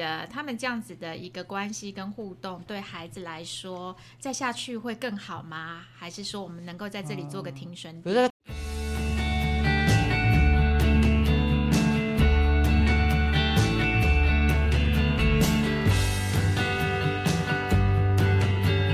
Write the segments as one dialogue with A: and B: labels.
A: 呃，他们这样子的一个关系跟互动，对孩子来说，再下去会更好吗？还是说我们能够在这里
B: 嗯
A: 做个停损
B: 比如说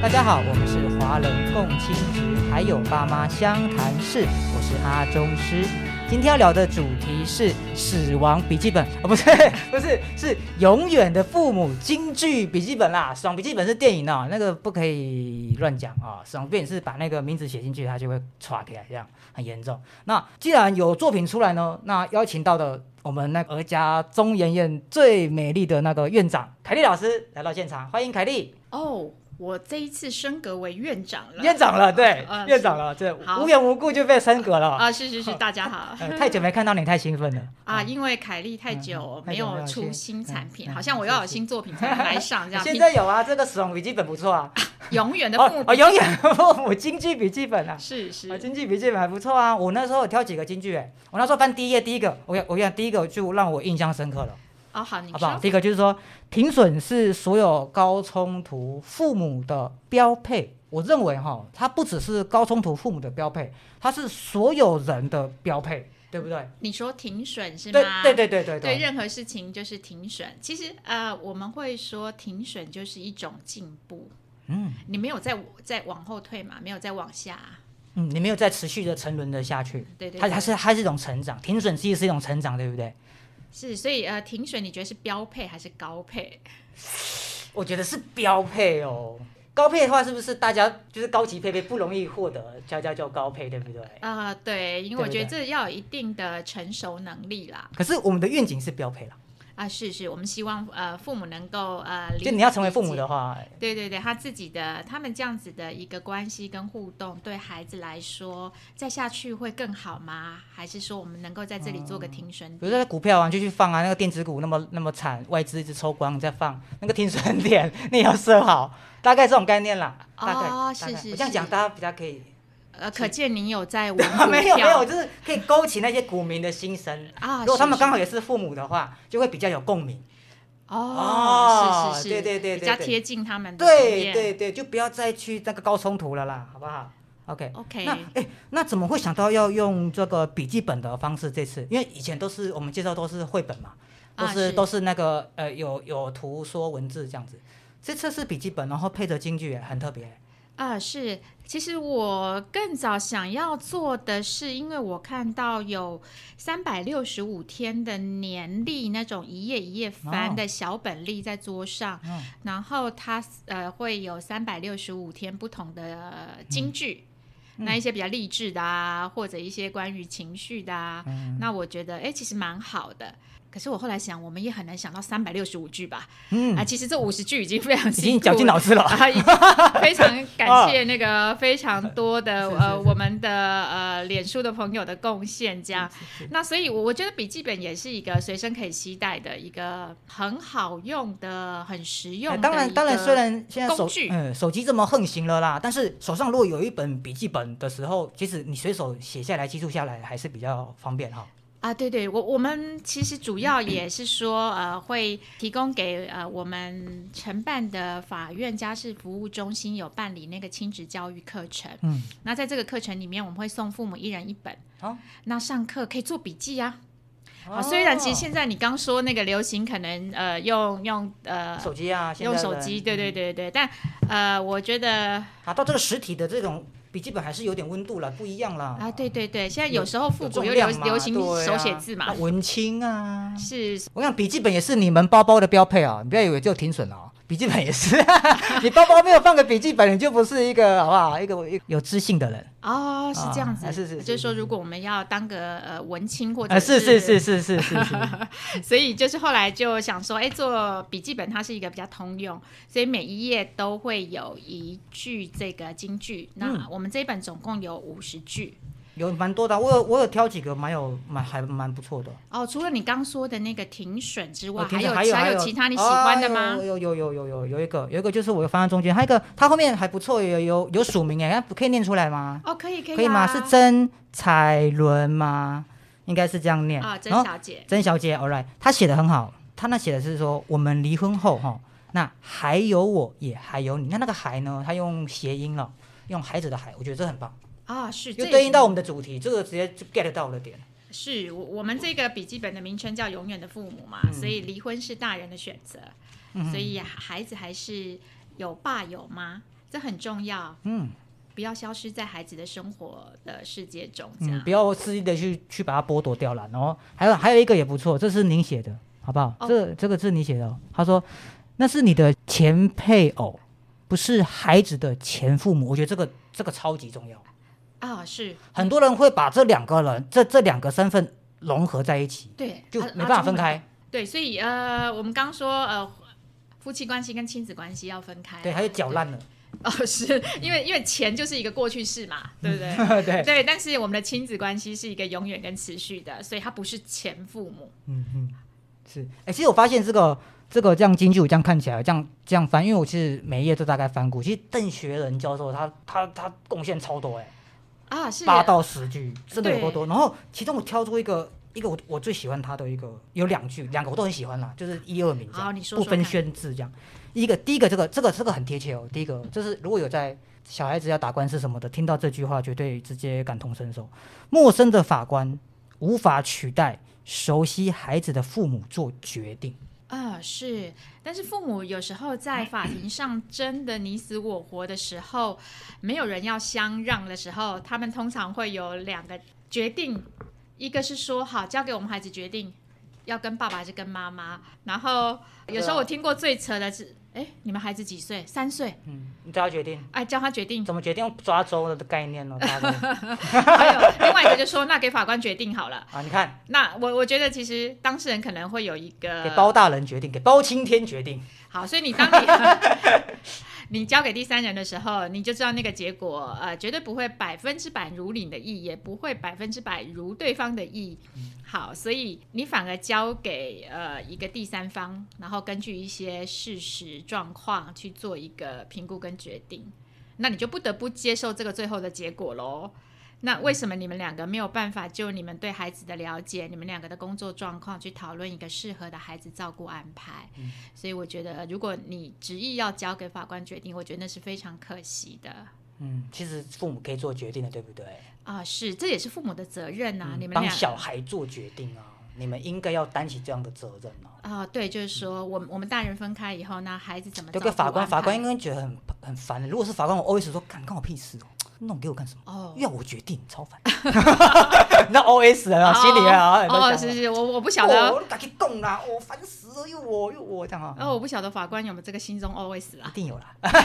B: 大家好，我们是华人共青局，还有爸妈湘潭市，我是阿中师。今天要聊的主题是《死亡笔记本》 啊、不是不是是《永远的父母》京剧笔记本啦。死亡笔记本是电影哦，那个不可以乱讲啊。死亡笔记本是把那个名字写进去，它就会歘起来，这样很严重。那既然有作品出来呢，那邀请到的我们那个儿家中研院最美丽的那个院长凯丽老师来到现场，欢迎凯丽。
A: 哦，我这一次升格为院长 了。
B: 院长了，对，
A: 嗯
B: 院长了，对，
A: 好
B: 无缘无故就被升 格了。
A: 啊，是是是，大家好。
B: 呃太久没看到你，太 兴奋了
A: 啊，！因为凯莉太久
B: 哦嗯
A: 没有出新产品，好像我要有新作品才能来上这样。
B: 现在有啊，这个死亡笔记本不错啊，
A: 永远的
B: 哦
A: 父
B: 哦，
A: 母
B: 永远父母 京剧笔记本啊，
A: 是是
B: 啊，京剧笔记本还不错啊。我那时候有挑几个京剧，哎，我那时候翻第一页，第一个，我跟我跟你讲，第一个就让我印象深刻了，
A: 哦，好，你
B: 好不好？
A: 说
B: 第一个就是说，停损是所有高冲突父母的标配。我认为哈，它不只是高冲突父母的标配，它是所有人的标配，对不对？
A: 你说停损是
B: 对
A: 吗？
B: 对对对对
A: 对任何事情就是停损。其实呃，我们会说停损就是一种进步。
B: 嗯
A: 你没有再再往后退嘛，没有再往下、
B: 嗯，你没有再持续的沉沦的下去，
A: 对对
B: 它
A: 对，
B: 它是它是一种成长，停损其实是一种成长，对不对？
A: 是，所以呃，停水你觉得是标配还是高配？
B: 我觉得是标配哦。高配的话，是不是大家就是高级配备不容易获得，家家叫高配，对不对？
A: 啊、对，因为
B: 对
A: 我
B: 对
A: 觉得这要有一定的成熟能力啦。
B: 可是我们的愿景是标配啦，
A: 啊、是是，我们希望呃父母能够呃理
B: 就你要成为父
A: 理
B: 母
A: 解
B: 的话，
A: 对对对，他自己的他们这样子的一个关系跟互动，对孩子来说，再下去会更好吗？还是说我们能够在这里做个停损
B: 比如说股票啊，你就去放啊，那个电子股那么那么惨，外资一直抽光，你再放那个停损点， 你也要设好，大概这种概念啦。大概，
A: 哦
B: 大概
A: 是是
B: 我这样讲
A: 是
B: 大家比较 可以，
A: 呃，可见您有在玩股
B: 没有没有，
A: 票
B: 就是可以勾起那些股民的心声。
A: 啊？
B: 如果他们
A: 是
B: 刚好也是父母的话，就会比较有共鸣。
A: 哦，
B: 哦
A: 是是是，
B: 对对对对
A: 比较
B: 对
A: 贴近他们的经
B: 对
A: 验
B: 对对，就不要再去那个高冲突了啦，好不好？OK。
A: ，OK，
B: 那哎，那怎么会想到要用这个笔记本的方式？这次，因为以前都是我们介绍都是绘本嘛，都
A: 啊
B: 是,、
A: 是
B: 都是那个呃有有图说文字这样子。这次是笔记本，然后配着京剧，很特别。
A: 啊、是，其实我更早想要做的是，因为我看到有三百六十五天的年历那种一页一页翻
B: 哦
A: 的小本历在桌上，
B: 嗯
A: 然后它呃会有三百六十五天不同的、呃、
B: 嗯
A: 金句。那一些比较励志的啊，或者一些关于情绪的啊，
B: 嗯
A: 那我觉得哎、诶其实蛮好的。可是我后来想，我们也很难想到三百六十五句吧？
B: 嗯
A: 啊，其实这五十句已经非常
B: 已
A: 辛
B: 经
A: 苦
B: 绞尽
A: 了
B: 脑汁了。
A: 啊，已经非常感谢那个非常多的
B: 是是
A: 呃
B: 是
A: 我们的呃脸书的朋友的贡献，这样。那所以，我我觉得笔记本也是一个随身可以携带的一个很好用的、很实 用
B: 哎
A: 的。
B: 当然，当然，虽然现在
A: 工
B: 手
A: 具
B: 嗯手机这么横行了啦，但是手上如果有一本笔记本的时候，其实你随手写下来、记录下来还是比较方便哈。
A: 啊，对对，我我们其实主要也是说，呃，会提供给呃我们承办的法院家事服务中心有办理那个亲子教育课程。
B: 嗯，
A: 那在这个课程里面，我们会送父母一人一本。
B: 哦，
A: 那上课可以做笔记啊。啊，虽然
B: 哦
A: 其实现在你刚说那个流行，可能呃用用呃
B: 手机啊，现
A: 用
B: 在
A: 手
B: 的
A: 机，对对对对，但呃我觉得
B: 啊，到这个实体的这种笔记本还是有点温度了，不一样啦。
A: 啊，对对对，现在有时候复古
B: 重
A: 又流
B: 量嘛
A: 流行
B: 对啊
A: 手写字嘛
B: 啊，文青啊。
A: 是
B: 我想笔记本也是你们包包的标配啊，你不要以为就停损了哦，笔记本也是， 你包包没有放个笔记本，你就不是一个好不好？一个一个有知性的人。
A: 哦是这样子，
B: 啊是是是
A: 就是说如果我们要当个呃文青或者
B: 啊，是是是，是是 是是，
A: 所以就是后来就想说，哎，做笔记本它是一个比较通用，所以每一页都会有一句这个金句。
B: 嗯
A: 那我们这一本总共有五十句。
B: 有蛮多的啊，我有我有挑几个蛮有蛮还蛮不错的。
A: 哦，除了你刚说的那个停损之外，
B: 我听
A: 还
B: 着
A: 有
B: 有
A: 还有其他你喜欢的吗
B: 哦？有有有有有有一个有一个就是我放在中间，还有一个它后面还不错，有有有署名哎，可以念出来吗？
A: 哦，可以可以、啊，
B: 可以吗？是曾彩伦吗？应该是这样念
A: 啊，曾
B: 然后
A: 小姐
B: 哦曾小姐，all right，她写的很好，他那写的是说我们离婚后哈，那还有我也还有你，那那个还呢，他用谐音了，用孩子的孩，我觉得这很棒，
A: 啊，是，
B: 就
A: 这
B: 对
A: 也
B: 应
A: 是
B: 到我们的主题，这个直接就 get 到了点。
A: 是我我们这个笔记本的名称叫《永远的父母》
B: 嗯
A: 嘛，所以离婚是大人的选择，所以孩子还是有爸有妈，这很重要。
B: 嗯，
A: 不要消失在孩子的生活的世界中，这样。
B: 嗯，不要肆意的去去把它剥夺掉了。然后还有还有一个也不错，这是您写的，好不好？
A: 哦
B: 这这个是你写的哦、他说那是你的前配偶，不是孩子的前父母。我觉得这个这个超级重要，嗯
A: 啊、是
B: 很多人会把这两个人这这两个身份融合在一起，
A: 对，
B: 就
A: 啊
B: 没办法分。
A: 啊中
B: 开。
A: 文对，所以呃，我们刚说呃，夫妻关系跟亲子关系要分开。啊
B: 对，还有搅烂了，
A: 哦， 是因为因为钱就是一个过去式嘛，对不对？
B: 对，
A: 对，但是我们的亲子关系是一个永远跟持续的，所以它不是前父母。
B: 嗯嗯，是。哎、其实我发现这个这个这样京剧，我这样看起来，这样这样翻，因为我其实每一页都大概翻过。其实邓学仁教授他他他贡献超多哎、
A: 啊，是
B: 八到十句，真的有够
A: 对
B: 多。然后其中我挑出一个一个我我最喜欢他的一个有两句，两个我都很喜欢啦，就是一二名这样，
A: 好你说
B: 不
A: 说
B: 分
A: 看
B: 宣制这样。一个第一个这个这个这个很贴切哦，第一个就是如果有在小孩子要打官司什么的，听到这句话绝对直接感同身受。陌生的法官无法取代熟悉孩子的父母做决定。
A: 啊，是，但是父母有时候在法庭上争得你死我活的时候，没有人要相让的时候，他们通常会有两个决定，一个是说好交给我们孩子决定，要跟爸爸还是跟妈妈。然后有时候我听过最扯的是，哎、你们孩子几岁？三岁，
B: 嗯，你都要决定
A: 哎，叫他决定。
B: 怎么决定，用抓周的概念呢？大概
A: 还有另外一个就说，那给法官决定好了。
B: 啊，你看
A: 那我我觉得其实当事人可能会有一个
B: 给包大人决定，给包青天决定。
A: 好，所以你当你 你交给第三人的时候，你就知道那个结果，呃，绝对不会百分之百如你的意，也不会百分之百如对方的意。好，所以你反而交给呃一个第三方，然后根据一些事实状况去做一个评估跟决定，那你就不得不接受这个最后的结果喽。那为什么你们两个没有办法就你们对孩子的了解，你们两个的工作状况去讨论一个适合的孩子照顾安排？所以我觉得，如果你执意要交给法官决定，我觉得那是非常可惜的
B: 嗯，其实父母可以做决定的，对不对？
A: 啊！是，这也是父母的责任啊。
B: 嗯
A: 你们
B: 帮
A: 俩
B: 小孩做决定啊，你们应该要担起这样的责任啊。
A: 啊，对，就是说，我们我们大人分开以后，那孩子怎么
B: 就
A: 照
B: 嗯跟
A: 顾
B: 法官，
A: 安排
B: 法官应该觉得很很烦。如果是法官，我 always 说，干干我屁事哦，弄给我干什么？
A: 哦。
B: 要我决定，超烦。 那 OS 啊，心里啊，
A: 哦哦，是哦是，我我不
B: 不
A: 晓得，
B: 我敢去供啦，我烦死了，又我又我这样啊。
A: 哦，我不晓得法官有没有这个心中 always
B: 一
A: 啦。
B: 定有啦。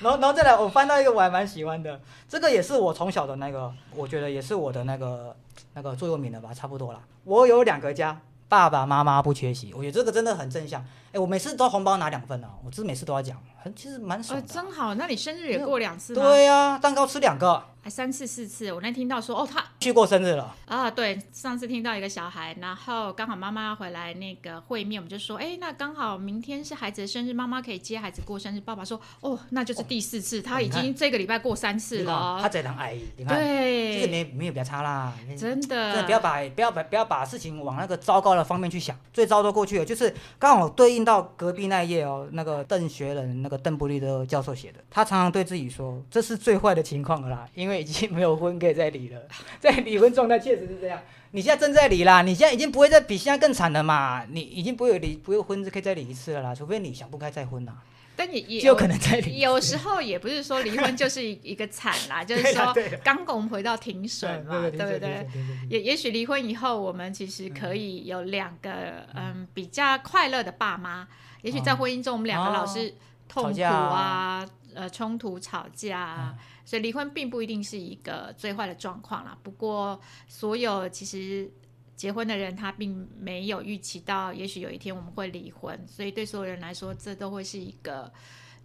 B: 然后，然后再来，我翻到一个我还蛮喜欢的，这个也是我从小的那个，我觉得也是我的那个那个座右铭了吧，差不多啦。我有两个家，爸爸妈妈不缺席，我觉得这个真的很正向。哎，我每次都红包拿两份啊，我这每次都要讲，很其实蛮
A: 哦，
B: 爽的啊。
A: 真好，那你生日也过两次吗？，
B: 对呀、蛋糕吃两个，
A: 还三次四次。我那天听到说，哦，他
B: 去过生日了，
A: 啊，对，上次听到一个小孩，然后刚好妈妈回来那个会面，我们就说，哎，那刚好明天是孩子的生日，妈妈可以接孩子过生日。爸爸说，哦，那就是第四次，他已
B: 你看
A: 经这个礼拜过三次
B: 你
A: 了
B: 看他
A: 哦。
B: 这人矮，你看，其
A: 对，
B: 实没没有比较差啦。你
A: 真
B: 真的
A: 的，
B: 不要把不要把不要把事情往那个糟糕的方面去想，最糟都过去了，就是刚好对应到隔壁那一页哦，那个邓学仁那个邓布利多教授写的，他常常对自己说，这是最坏的情况了啦，因为已经没有婚可以再离了，在离婚状态确实是这样。你现在正在离啦，你现在已经不会再比现在更惨了嘛，你已经不会有离不会有婚可以再离一次了啦，除非你想不开再婚啦，
A: 但也哦也
B: 就有可能再离一次。
A: 有时候也不是说离婚就是一个惨 啦，就是
B: 对啦
A: 说
B: 对啦
A: 刚我们回到停
B: 对
A: 损嘛，啊对不对？？
B: 嗯
A: 也也许离婚以后，我们其实可以有两个嗯比较快乐的爸妈。也许在婚姻中，我们两个老是痛
B: 哦吵
A: 苦
B: 架嗯
A: 啊，呃，冲突、吵架啊，所以离婚并不一定是一个最坏的状况啦。不过，所有其实结婚的人，他并没有预期到，也许有一天我们会离婚，所以对所有人来说，这都会是一个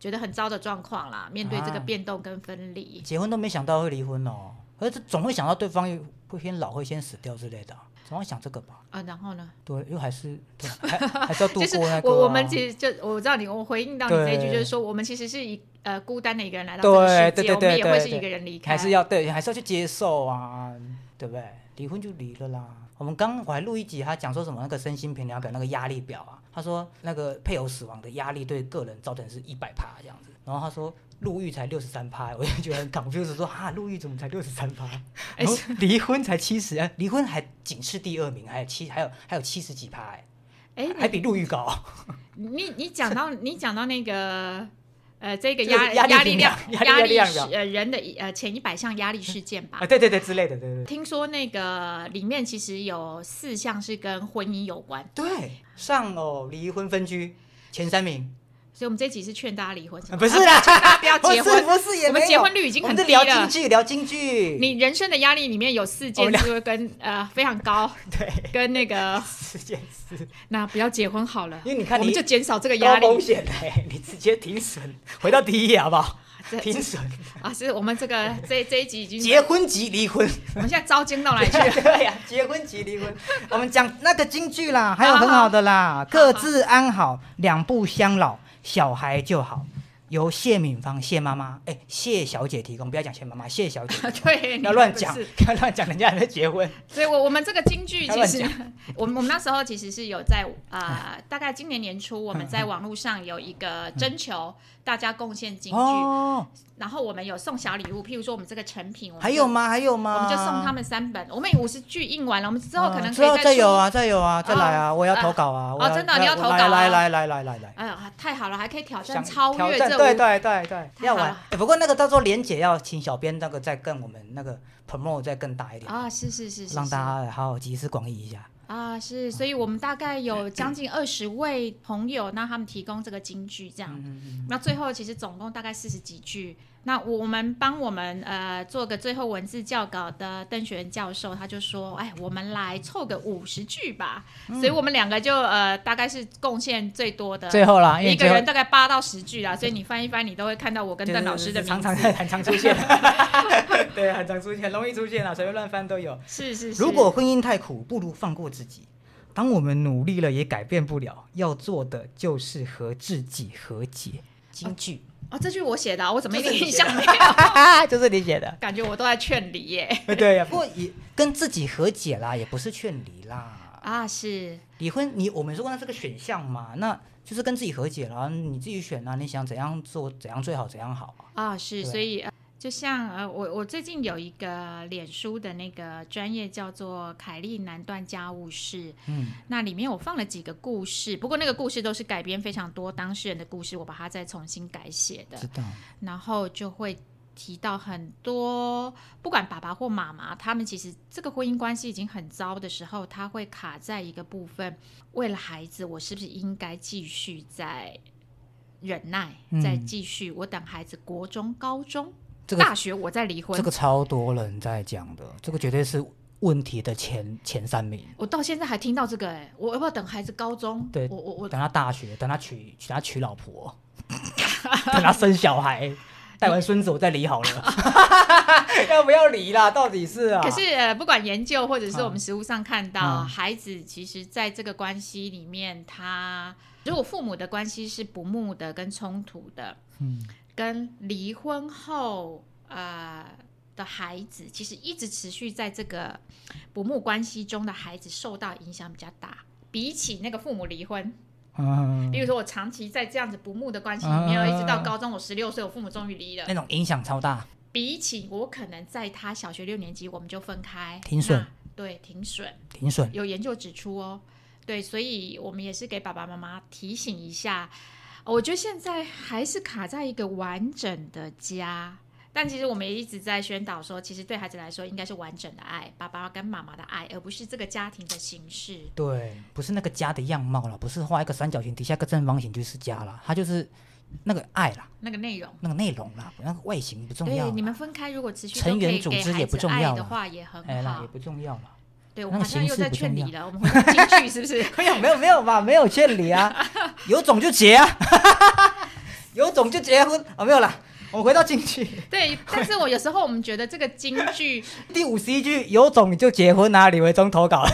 A: 觉得很糟的状况啦。面对这个
B: 啊
A: 变动跟分离，
B: 结婚都没想到会离婚哦，而是总会想到对方会先老，会先死掉之类的啊，总要想这个吧。
A: 啊，然后呢？
B: 对，又还是对还还是要度
A: 就是
B: 过那个啊、
A: 我我们其实就我知道你，我回应到你这一句，
B: 对
A: 就是说我们其实是一呃孤单的一个人来到这个世界，
B: 对对对对
A: 我们也会
B: 对
A: 是一
B: 对
A: 个人离开，
B: 还是要对，还是要去接受啊，对不对？离婚就离了啦，我们刚我还录一集，他讲说什么那个身心评量表那个压力表啊，他说那个配偶死亡的压力对个人造成是一百趴这样子，然后他说入狱才六十三趴， 我就觉得很 confused，说哈入狱怎么才六十三趴，
A: 哎
B: 然后离婚才七十，哎离婚还仅次第二名，还有七还有还有七十几趴，哎、
A: 哎、
B: 还比入狱高，
A: 你你讲到你讲到那个呃，这个
B: 这个
A: 压
B: 压力
A: 力
B: 评
A: 量
B: 量 压力量
A: 事
B: 表
A: 呃人的一呃前一百项压力事件吧
B: 啊。对对对之类的，对 对对。
A: 听说那个里面其实有四项是跟婚姻有关，
B: 对，上偶离婚分居前三名，
A: 所以我们这集是劝大家离婚，
B: 啊
A: 吗
B: 不是
A: 啊
B: 啦，
A: 劝大家不要结
B: 不是
A: 婚。
B: 不是也
A: 我们
B: 没
A: 结
B: 有
A: 婚率已经
B: 我
A: 很
B: 们
A: 低
B: 在聊京
A: 了。
B: 剧，聊京剧，
A: 你人生的压力里面有四
B: 我们
A: 件
B: 俩
A: 是会跟呃非常高，
B: 对
A: 跟那 个
B: 四件事，
A: 那不要结婚好了，
B: 因为你看
A: 我们
B: 你
A: 就减少这个压
B: 高风
A: 力
B: 险嘞，你直接停损，回到第一啊页好不好？
A: 这
B: 停损，
A: 啊！是我们这个这这一集已经
B: 哎结，婚即离婚，
A: 我们现在糟践到哪里去？
B: 对呀，结婚即离婚。我们讲那个京剧啦，还有很好的啦，各自安好，两不相老，小孩就好。由谢敏芳谢妈妈，哎，谢小姐提供，不要讲谢妈妈，谢小姐
A: 对，
B: 不要 乱
A: 你
B: 讲
A: 不是，
B: 不要乱讲，人家还没结婚。
A: 所以我，我们这个京剧
B: 不要
A: 其
B: 乱
A: 实， 我们我们那时候其实是有在啊、呃大概今年年初，我们在网络上有一个征求大家贡献京剧，
B: 哦，
A: 然后我们有送小礼物，譬如说我们这个成品，我们就
B: 还有？吗？还有吗？
A: 我们就送他们三本，我们五十句印完了，我们之后可
B: 嗯
A: 能
B: 之
A: 可
B: 后
A: 以
B: 再
A: 出
B: 有。啊，再有啊，再来啊！
A: 哦
B: 我要投稿啊！
A: 哦
B: 我
A: 真的你要投稿啊
B: 来来来来来来来，
A: 哎呀，太好了，还可以挑战
B: 想
A: 超
B: 挑
A: 越
B: 战
A: 这
B: 对
A: 五
B: 对对对，
A: 太
B: 要
A: 好
B: 玩
A: 了。
B: 哎不过那个到时候连姐要请小编那个再跟我们那个 promote 再更大一点，
A: 啊，是是是是，
B: 让
A: 是
B: 大家好好集思广益一下。
A: 啊是，所以我们大概
B: 嗯
A: 有将近二十位朋友，那他们提供这个京剧这样。
B: 嗯，
A: 那最后其实总共大概四十几句。那我我们帮我们呃做个最后文字校稿的邓学仁教授，他就说：“哎，我们来凑个五十句吧。
B: 嗯
A: 所以我们两个就呃大概是贡献最多的，
B: 最后啦，因为
A: 一个
B: 最后
A: 人大概八到十句啦。所以你翻一翻，你都会看到我跟邓老师的
B: 就是常
A: 名
B: 常
A: 字。
B: 很常 出现，对，很常出现，很容易出现啊，随便乱翻都有。
A: 是是是。
B: 如果婚姻太苦，不如放过自己。当我们努力了也改变不了，要做的就是和自己和解。京剧，
A: 哦这句我写的啊、我怎么一
B: 这
A: 点
B: 是你
A: 印
B: 写的
A: 象没
B: 就是你写的。
A: 感觉我都在劝离耶。
B: 对呀、不过也跟自己和解啦，也不是劝离啦。
A: 啊，是
B: 离婚你我们说过那是个选项嘛，那就是跟自己和解啦，你自己选啊，你想怎样做怎样最好怎样好啊。
A: 啊，是，
B: 对
A: 所以呃就像呃，我我最近有一个脸书的那个专业叫做凯利南段家务事，
B: 嗯，
A: 那里面我放了几个故事，不过那个故事都是改编非常多当事人的故事，我把它再重新改写的
B: 知，道。
A: 然后就会。提到很多，不管爸爸或妈妈，他们其实这个婚姻关系已经很糟的时候，他会卡在一个部分，为了孩子，我是不是应该继续再忍耐，
B: 嗯
A: 再继续？我等孩子国中、高中、
B: 这个
A: 大学，我再离婚。
B: 这个超多人在讲的，这个绝对是问题的前前三名。
A: 我到现在还听到这个、哎，我要不要等孩子高中？
B: 对
A: 我我我
B: 等他大学，等他娶等他娶老婆， 等他生小孩，带完孙子我再离好 了。要不要离啦？到底是啊？
A: 可是、呃、不管研究或者是我们实物上看到，
B: 嗯
A: 孩子其实在这个关系里面，他啊如果父母的关系是不睦的、跟冲突的，
B: 嗯，
A: 跟离婚后呃的孩子，其实一直持续在这个不睦关系中的孩子受到影响比较大。比起那个父母离婚，
B: 嗯
A: 比如说我长期在这样子不睦的关系里面，
B: 嗯
A: 一直到高中，我十六岁，我父母终于离了
B: 那。种影响超大。
A: 比起我可能在他小学六年级我们就分开，
B: 停损
A: 那，对，停损。
B: 停损，
A: 有研究指出哦，对，所以我们也是给爸爸妈妈提醒一下。呃我觉得现在还是卡在一个完整的家，但其实我们也一直在宣导说，其实对孩子来说应该是完整的爱，爸爸跟妈妈的爱，而不是这个家庭的形式。
B: 对，不是那个家的样貌啦，不是画一个三角形，底下一个正方形就是家啦，它就是那个爱啦，
A: 那个内容。
B: 那个内容啦，那个外形不重要
A: 对，
B: 啦，
A: 你们分开如果持续都
B: 成员
A: 可以
B: 组
A: 给
B: 织
A: 孩
B: 也
A: 子
B: 不重
A: 爱
B: 要
A: 的
B: 啦
A: 话也很
B: 哎啦
A: 好
B: 也。不重要啦。
A: 对，我
B: 那
A: 们
B: 个
A: 好像
B: 形
A: 又
B: 式
A: 在
B: 不
A: 劝
B: 重
A: 你了，我们回到京剧是不 是？
B: 没有没有没有吧，没有劝离啊，有种就结啊，有种就结婚啊、没有啦。我们回到京剧
A: 对，但是我有时候我们觉得这个京剧，
B: 第五十一句，有种你就结婚啊！李维忠投稿了，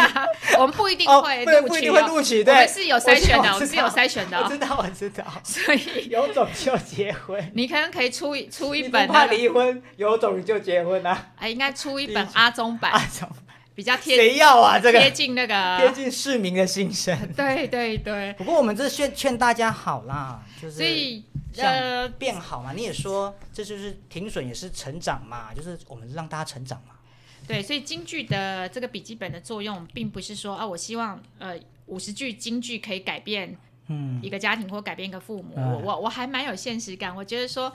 A: 我们不一定
B: 哦
A: 会
B: 不一
A: 录
B: 不一
A: 取
B: 定
A: 哦，
B: 会录取
A: 我
B: 对
A: 们是有筛选的，
B: 我
A: 我
B: 知道
A: 们是有筛选的
B: 我
A: 哦，
B: 知道我知道，
A: 所以
B: 有种就结婚，
A: 你可能可以出一出
B: 你
A: 一
B: 不
A: 本、那
B: 怕
A: 个，
B: 离婚，有种你就结婚啊！
A: 哎，应该出一
B: 第一
A: 本
B: 集
A: 阿中版，
B: 啊，怎么办
A: 比较贴
B: 谁要啊？这个
A: 贴近那
B: 贴
A: 个，
B: 近市民的 心声。
A: 对对对，
B: 不过我们这劝劝大家好啦，就是
A: 所以
B: 像
A: 呃，
B: 变好嘛。你也说这就是停损，也是成长嘛，就是我们让大家成长嘛。
A: 对，所以京剧的这个笔记本的作用，并不是说啊，我希望呃五十句京剧可以改变
B: 嗯，
A: 一个家庭或改变一个父母。
B: 嗯
A: 我我我还蛮有现实感，我觉得说。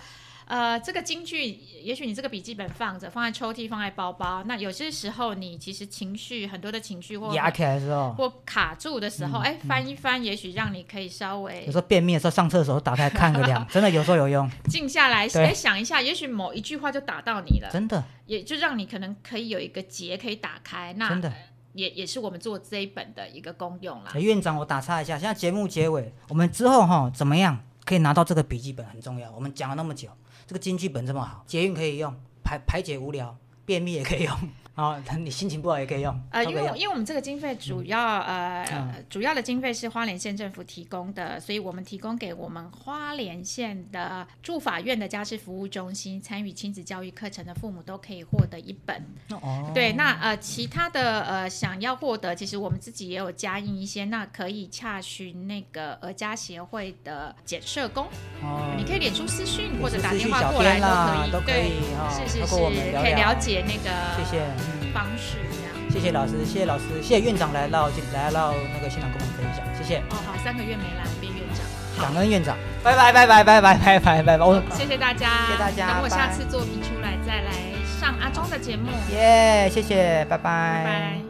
A: 呃，这个京剧，也许你这个笔记本放着，放在抽屉，放在包包。那有些时候，你其实情绪很多的情绪或
B: 压起嗯来的时候，
A: 或卡住的时候，哎、翻一翻，也许让你可以稍微
B: 有时候便秘的时候，上厕所打开看 个两，真的有时候有用，
A: 静下来，
B: 对
A: 哎，想一下，也许某一句话就打到你了，
B: 真的
A: 也就让你可能可以有一个结可以打开。那
B: 真的。
A: 也也是我们做这一本的一个功用啦
B: 哎。院长，我打岔一下，现在节目结尾，我们之后哈怎么样可以拿到这个笔记本很重要。我们讲了那么久，这个京剧本这么好，捷运可以用，排排解无聊，便秘也可以用， 哦，你心情不嗯好也可以用，
A: 呃，
B: 都
A: 因
B: 可
A: 为
B: 以
A: 我
B: 用。
A: 因为我们这个经费主要、
B: 嗯
A: 呃主要的经费是花莲县政府提供的，所以我们提供给我们花莲县的驻法院的家事服务中心参与亲子教育课程的父母都可以获得一本。
B: 哦，
A: 对，那呃，其他的呃，想要获得，其实我们自己也有加印一些，那可以洽询那个儿家协会的简社工，
B: 哦
A: 你可以脸书私讯或者
B: 是
A: 打
B: 私
A: 电
B: 讯
A: 话
B: 小
A: 过来
B: 编啦
A: 都
B: 都可
A: 可以，
B: 以哈
A: 对，是是
B: 透
A: 是，
B: 过我们聊
A: 可以
B: 聊
A: 了解那个
B: 谢谢，嗯，
A: 方式这样。
B: 谢谢老师，谢谢老师，谢谢院长来到来到那个现场跟我们分享，谢谢，
A: 哦，好，三个月没来，我们变院长
B: 感恩院长，拜拜拜拜拜拜拜拜拜拜，我
A: 了，谢谢大家，
B: 谢谢大家
A: 等我下
B: 拜
A: 次作品出来再来上阿忠的节目，
B: 耶，谢谢，拜
A: 拜拜。